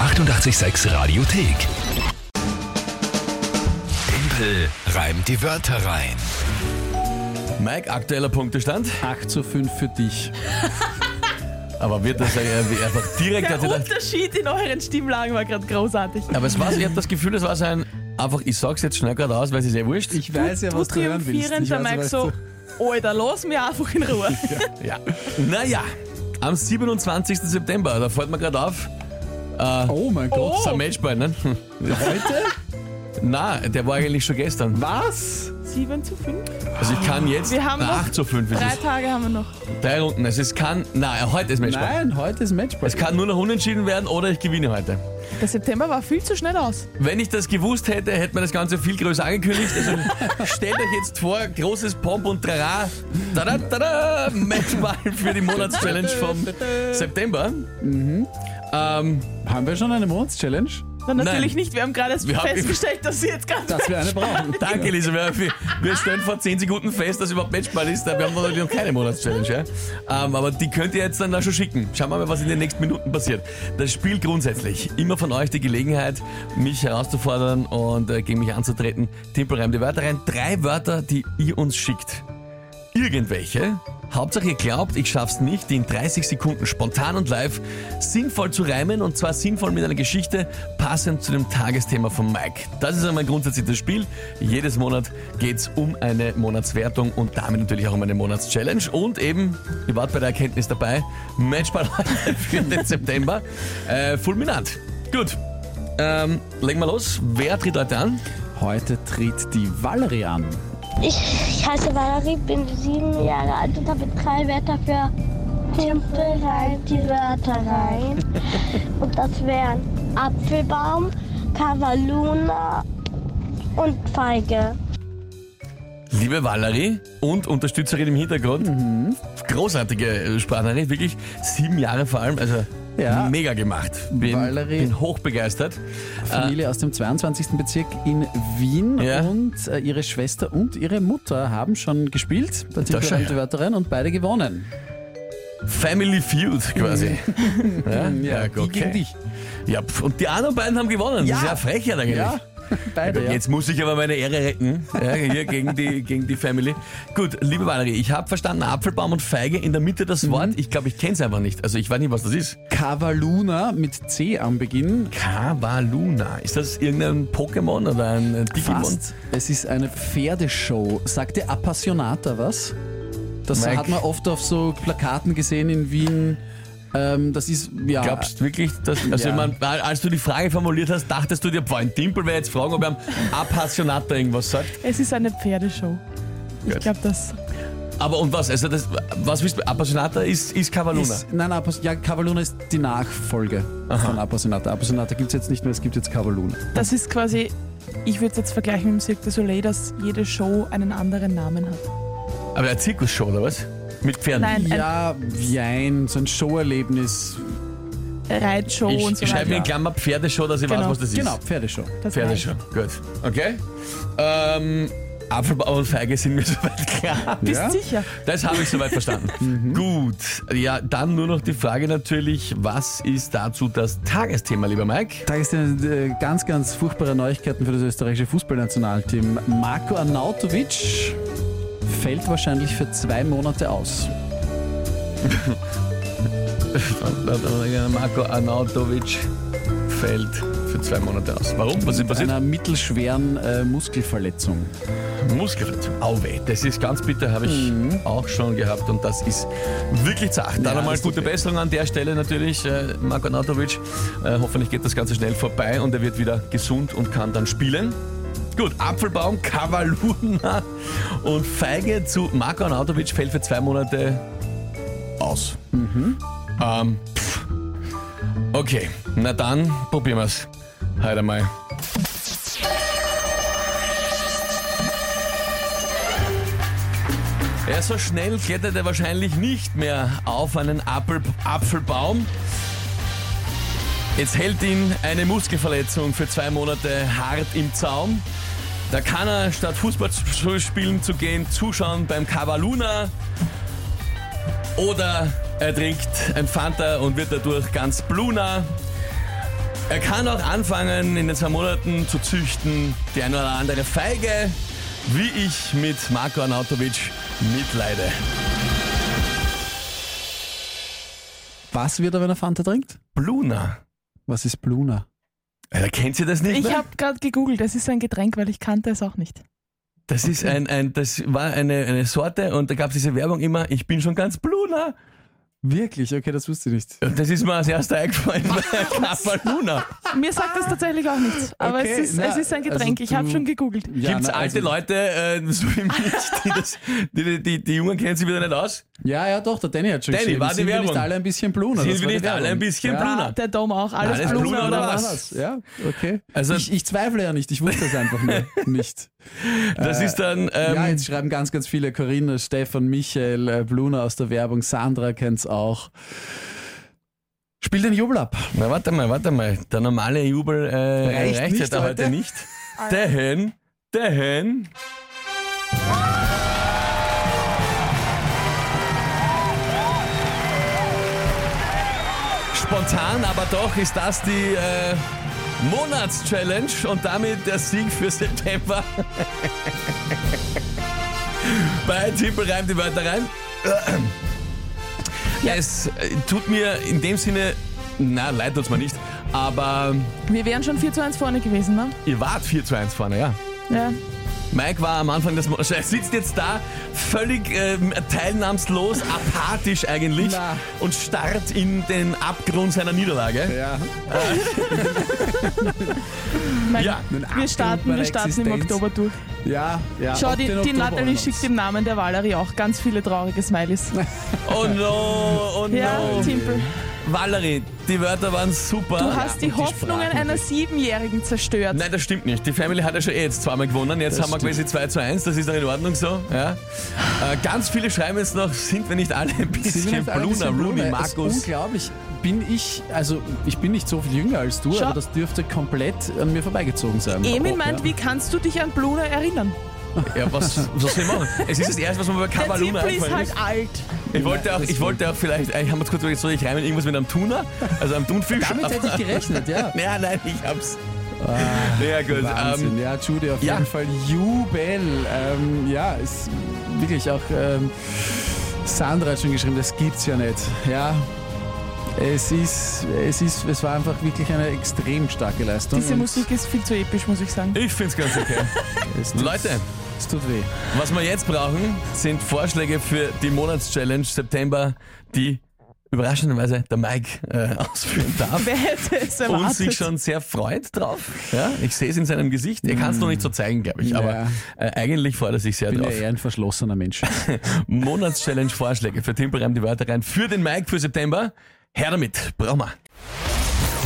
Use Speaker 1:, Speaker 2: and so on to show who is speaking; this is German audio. Speaker 1: 886 Radiothek. Tempel reimt die Wörter rein.
Speaker 2: Mike, aktueller Punktestand.
Speaker 3: 8 zu 5 für dich.
Speaker 2: Aber wird das äh, einfach direkt
Speaker 4: Der
Speaker 2: hat gedacht.
Speaker 4: Unterschied in euren Stimmlagen war gerade großartig.
Speaker 2: Aber es war so, ich habe das Gefühl, es war so ein einfach, ich sag's jetzt schnell gerade aus, weil es ist eh wurscht.
Speaker 3: Ich weiß ja,
Speaker 4: du
Speaker 3: was du hören willst.
Speaker 4: triumphierend,
Speaker 3: Ich
Speaker 4: der
Speaker 3: weiß,
Speaker 4: Mike
Speaker 3: was
Speaker 4: so,
Speaker 3: du-
Speaker 4: Alter, lass mich einfach in Ruhe.
Speaker 2: Ja. Naja, am 27. September, da fällt mir gerade auf,
Speaker 3: Oh mein Gott.
Speaker 2: oh. ist ein Matchball, ne?
Speaker 3: Heute?
Speaker 2: Na, der war eigentlich schon gestern.
Speaker 3: Was?
Speaker 4: 7 zu 5.
Speaker 2: Also ich kann jetzt.
Speaker 4: Wir haben
Speaker 2: na,
Speaker 4: noch
Speaker 2: 8 zu 5 ist
Speaker 4: Drei
Speaker 2: es.
Speaker 4: Tage haben wir noch.
Speaker 2: Drei Runden. Also es kann. Nein, heute ist Matchball.
Speaker 3: Nein, heute ist Matchball.
Speaker 2: Es kann nur noch unentschieden werden oder ich gewinne heute.
Speaker 4: Der September war viel zu schnell aus.
Speaker 2: Wenn ich das gewusst hätte, hätte man das Ganze viel größer angekündigt. Also stellt euch jetzt vor, großes Pomp und Trara. Tada, tada, Matchball für die Monatschallenge vom September. Ähm,
Speaker 3: Haben wir schon eine Monatschallenge?
Speaker 4: Dann natürlich
Speaker 2: Nein.
Speaker 4: nicht. Wir haben gerade erst
Speaker 2: Wir haben-
Speaker 4: festgestellt, dass sie jetzt gerade.
Speaker 3: Dass wir eine brauchen.
Speaker 2: danke, Elisabeth. Wir, wir stellen vor 10 Sekunden fest, dass überhaupt Matchball ist. Wir haben natürlich noch keine Monatschallenge. Ja? Ähm, aber die könnt ihr jetzt dann auch schon schicken. Schauen wir mal, was in den nächsten Minuten passiert. Das Spiel grundsätzlich. Immer von euch die Gelegenheit, mich herauszufordern und äh, gegen mich anzutreten. Timpel reimt die Wörter rein. Drei Wörter, die ihr uns schickt. irgendwelche. Hauptsache ihr glaubt, ich schaff's nicht, die in 30 Sekunden spontan und live sinnvoll zu reimen und zwar sinnvoll mit einer Geschichte passend zu dem Tagesthema von Mike. Das ist einmal grundsätzlich das Spiel. Jedes Monat geht's um eine Monatswertung und damit natürlich auch um eine Monatschallenge und eben, ihr wart bei der Erkenntnis dabei, Matchball heute für den September. Äh, fulminant. Gut. Ähm, legen wir los. Wer tritt heute an?
Speaker 3: Heute tritt die Valerie an.
Speaker 5: Ich, ich heiße Valerie, bin sieben Jahre alt und habe drei Wörter für Tempel rein, die Wörter rein. Und das wären Apfelbaum, Kavaluna und Feige.
Speaker 2: Liebe Valerie und Unterstützerin im Hintergrund,
Speaker 3: Mhm.
Speaker 2: großartige äh, Sprachnachricht, wirklich sieben Jahre vor allem, also
Speaker 3: Ja.
Speaker 2: mega gemacht. Bin,
Speaker 3: Valerie.
Speaker 2: bin hochbegeistert.
Speaker 3: Familie aus dem 22. Bezirk in Wien
Speaker 2: Ja.
Speaker 3: und äh, ihre Schwester und ihre Mutter haben schon gespielt bei
Speaker 2: schau her.
Speaker 3: Tippel Wörterin und beide gewonnen.
Speaker 2: Family Feud quasi. ja, ja,
Speaker 3: die gegen dich.
Speaker 2: Ja, pf, und die anderen beiden haben gewonnen. Das ist ja frechheit eigentlich.
Speaker 3: Mhm. Ja, beide. Ja.
Speaker 2: Jetzt muss ich aber meine Ehre retten. Ja, hier gegen die, gegen die Family. Gut, liebe Valerie, ich habe verstanden, Apfelbaum und Feige, in der Mitte
Speaker 3: Mhm.
Speaker 2: das Wort. Ich glaube, ich kenne es einfach nicht. Also ich weiß nicht, was das ist.
Speaker 3: Kavaluna mit C am Beginn.
Speaker 2: Kavaluna. Ist das irgendein Pokémon oder ein äh, Digimon?
Speaker 3: Fast. Es ist eine Pferdeshow. Sagt dir Appassionata was? Das
Speaker 2: Mike.
Speaker 3: hat man oft auf so Plakaten gesehen in Wien. Ähm, das ist, ja.
Speaker 2: Glaubst du wirklich, dass. Also,
Speaker 3: Ja.
Speaker 2: ich mein, als du die Frage formuliert hast, dachtest du dir, boah, ein Timpel wäre jetzt fragen, ob er am Appassionata irgendwas sagt.
Speaker 4: Es ist eine Pferdeshow. Ich
Speaker 2: Gut.
Speaker 4: glaube, das.
Speaker 2: Aber und was? Also, das, was wisst ihr? Appassionata ist, ist Cavaluna.
Speaker 3: Ist, nein, nein, Appas- ja, Kavaluna ist die Nachfolge von Appassionata. Appassionata gibt es jetzt nicht mehr, es gibt jetzt Kavaluna.
Speaker 4: Das ist quasi. Ich würde es jetzt vergleichen mit dem Cirque du Soleil, dass jede Show einen anderen Namen hat.
Speaker 2: Aber eine Zirkusshow oder was? Mit Pferden.
Speaker 4: Nein, ein
Speaker 3: Ja, jein, so ein Showerlebnis.
Speaker 4: Reitshow
Speaker 2: Ich,
Speaker 4: und so
Speaker 2: ich schreibe mir in
Speaker 4: weiter.
Speaker 2: Klammer Pferdeshow, dass ich weiß,
Speaker 4: Genau.
Speaker 2: was das ist.
Speaker 3: Genau, Pferdeshow.
Speaker 4: Das
Speaker 2: Pferdeshow. Gut. Okay. Ähm, Apfelbaum und Feige sind mir soweit klar.
Speaker 4: Bist sicher?
Speaker 2: Das habe ich soweit verstanden.
Speaker 4: Mhm.
Speaker 2: Gut. Ja, dann nur noch die Frage natürlich, was ist dazu das Tagesthema, lieber Mike?
Speaker 3: Da ist äh, ganz, ganz furchtbare Neuigkeiten für das österreichische Fußballnationalteam. Marco Arnautovic fällt wahrscheinlich für zwei Monate aus.
Speaker 2: Marco Arnautovic fällt für zwei Monate aus. Warum? Was ist
Speaker 3: Mit
Speaker 2: passiert?
Speaker 3: einer mittelschweren äh, Muskelverletzung.
Speaker 2: Muskelverletzung. Auweh. Das ist ganz bitter, habe ich auch schon gehabt und das ist wirklich zart. Dann
Speaker 3: Mhm. Ja,
Speaker 2: einmal
Speaker 3: das
Speaker 2: gute
Speaker 3: tut weh.
Speaker 2: Besserung an der Stelle natürlich, äh, Marco Arnautovic. Äh, hoffentlich geht das Ganze schnell vorbei und er wird wieder gesund und kann dann spielen. Gut, Apfelbaum, Kavaluna und Feige zu Marco Arnautovic fällt für zwei Monate aus.
Speaker 3: Mhm.
Speaker 2: Ähm, pff. okay, na dann probieren wir's. Halt Heute mal. Ja, so schnell klettert er wahrscheinlich nicht mehr auf einen Apfel Apfelbaum. Jetzt hält ihn eine Muskelverletzung für zwei Monate hart im Zaum. Da kann er statt Fußball zu spielen zu gehen, zuschauen beim Kavaluna oder er trinkt ein Fanta und wird dadurch ganz Bluna. Er kann auch anfangen, in den zwei Monaten zu züchten, die ein oder andere Feige, wie ich mit Marco Arnautovic mitleide.
Speaker 3: Was wird er, wenn er Fanta trinkt?
Speaker 2: Bluna.
Speaker 3: Was ist Bluna?
Speaker 2: Alter, kennt ihr das nicht? ne?
Speaker 4: Ich
Speaker 2: mehr?
Speaker 4: habe gerade gegoogelt, das ist ein Getränk, weil ich kannte es auch nicht.
Speaker 2: Das ist ein, ein, das war eine, eine Sorte und da gab es diese Werbung immer, ich bin schon ganz Bluna.
Speaker 3: Wirklich? Okay, das wusste ich nicht.
Speaker 2: Und das ist mir als erster eingefallen bei Kappa Bluna.
Speaker 4: Mir sagt das tatsächlich auch nichts, aber
Speaker 3: Okay,
Speaker 4: es, ist,
Speaker 3: na,
Speaker 4: es ist ein Getränk,
Speaker 3: also
Speaker 4: ich habe
Speaker 3: du-
Speaker 4: schon gegoogelt.
Speaker 3: Ja,
Speaker 2: Gibt's
Speaker 3: na,
Speaker 2: alte
Speaker 3: also-
Speaker 2: Leute, äh, so wie mich, die das, die, die, die, die Jungen kennen sich wieder nicht aus?
Speaker 3: Ja, ja, doch, der Danny hat schon
Speaker 2: Danny,
Speaker 3: geschrieben.
Speaker 2: war die
Speaker 3: Sind wir nicht
Speaker 2: Werbung?
Speaker 3: alle ein bisschen Bluna?
Speaker 2: Sind
Speaker 3: Das
Speaker 2: wir
Speaker 3: war die
Speaker 2: nicht alle
Speaker 3: Werbung.
Speaker 2: ein bisschen
Speaker 3: ja.
Speaker 2: Bluna?
Speaker 4: Ah, der Dom auch, alles
Speaker 2: Alles
Speaker 4: Blumen
Speaker 2: Blumen
Speaker 4: oder
Speaker 2: oder
Speaker 4: was?
Speaker 2: was?
Speaker 3: Ja, okay.
Speaker 2: Also
Speaker 3: Ich, ich zweifle ja nicht, ich wusste es einfach nur nicht. Äh,
Speaker 2: das ist dann, ähm,
Speaker 3: Ja, jetzt schreiben ganz, ganz viele. Corinna, Stefan, Michael, äh, Bluna aus der Werbung, Sandra kennt's auch. Spiel den Jubel ab.
Speaker 2: na warte mal, warte mal, der normale Jubel äh, reicht
Speaker 3: Reicht
Speaker 2: ja
Speaker 3: nicht Ah,
Speaker 2: da
Speaker 3: heute?
Speaker 2: heute nicht. Der Hen, der Hen. Spontan, aber doch ist das die äh, Monatschallenge und damit der Sieg für September. Bei Timpel reimt die Wörter rein. Ja, es äh, tut mir in dem Sinne, na, leid tut's mir nicht, aber
Speaker 4: Wir wären schon 4 zu 1 vorne gewesen, ne?
Speaker 2: ihr wart 4 zu 1 vorne, ja.
Speaker 4: Ja.
Speaker 2: Mike war am Anfang des Monats. Er sitzt jetzt da, völlig ähm, teilnahmslos, apathisch eigentlich
Speaker 3: Na.
Speaker 2: und starrt in den Abgrund seiner Niederlage.
Speaker 3: Ja.
Speaker 4: Mein,
Speaker 2: Ja.
Speaker 4: Wir starten, wir starten im Oktober durch.
Speaker 3: Ja, ja.
Speaker 4: Schau,
Speaker 3: auf
Speaker 4: die,
Speaker 3: den
Speaker 4: die
Speaker 3: Ah, Oktober
Speaker 4: Natalie
Speaker 3: raus.
Speaker 4: schickt im Namen der Valerie auch ganz viele traurige Smileys.
Speaker 2: Oh no, oh no.
Speaker 4: Ja, Timpel.
Speaker 2: Valerie, die Wörter waren super.
Speaker 4: Du hast die
Speaker 3: Ah, und die
Speaker 4: Hoffnungen
Speaker 3: Sprachen.
Speaker 4: einer Siebenjährigen zerstört.
Speaker 2: Nein, das stimmt nicht. Die Family hat ja schon eh jetzt zweimal gewonnen. Jetzt haben
Speaker 3: Das
Speaker 2: wir quasi 2 zu 1. Das ist dann in Ordnung so. Ja. Äh, ganz viele schreiben jetzt noch, sind wir nicht alle ein
Speaker 3: Sie sind
Speaker 2: bisschen
Speaker 3: jetzt alle ein
Speaker 2: Bluna,
Speaker 3: bisschen
Speaker 2: Rooney,
Speaker 3: Bluna. Es ist
Speaker 2: Markus?
Speaker 3: Unglaublich. Bin ich, also ich bin nicht so viel jünger als du,
Speaker 4: Schau.
Speaker 3: aber das dürfte komplett an mir vorbeigezogen sein.
Speaker 4: Emil
Speaker 3: Oh,
Speaker 4: meint,
Speaker 3: ja.
Speaker 4: wie kannst du dich an Bluna erinnern?
Speaker 2: Ja, was, was soll ich machen? Es ist das Erste, was mir bei
Speaker 4: Der
Speaker 2: Kabaluna
Speaker 4: Timpel ist
Speaker 2: eingefallen ist.
Speaker 4: halt alt.
Speaker 2: Ich wollte auch, ich wollte auch vielleicht, ich habe mir kurz überlegt, soll ich reimen irgendwas mit einem Tuna? Also einem Thunfisch?
Speaker 3: Damit hätte ich gerechnet, ja.
Speaker 2: Ja, nein, ich hab's. ja, gut.
Speaker 3: Wahnsinn,
Speaker 2: Ähm,
Speaker 3: ja, Judy, auf
Speaker 2: ja.
Speaker 3: jeden Fall Jubel. Ähm, ja, ist wirklich auch ähm, Sandra hat schon geschrieben, das gibt's ja nicht. Ja. Es ist, es ist, es war einfach wirklich eine extrem starke Leistung.
Speaker 4: Diese
Speaker 3: und
Speaker 4: Musik ist viel zu episch, muss ich sagen.
Speaker 2: ich find's ganz okay.
Speaker 3: es tut,
Speaker 2: Leute,
Speaker 3: es tut weh.
Speaker 2: was wir jetzt brauchen, sind Vorschläge für die Monatschallenge September, die überraschenderweise der Mike äh, ausführen darf.
Speaker 4: Wer hätte es erwartet?
Speaker 2: Und sich schon sehr freut drauf. Ja, ich sehe es in seinem Gesicht. Er kann es noch nicht so zeigen, glaube ich.
Speaker 3: Ja.
Speaker 2: Aber äh, eigentlich freut er sich sehr
Speaker 3: Ich bin ja
Speaker 2: drauf.
Speaker 3: eher ein verschlossener Mensch.
Speaker 2: Monatschallenge-Vorschläge für Timpelreim die Wörter rein für den Mike für September. Her damit, brauchen wir.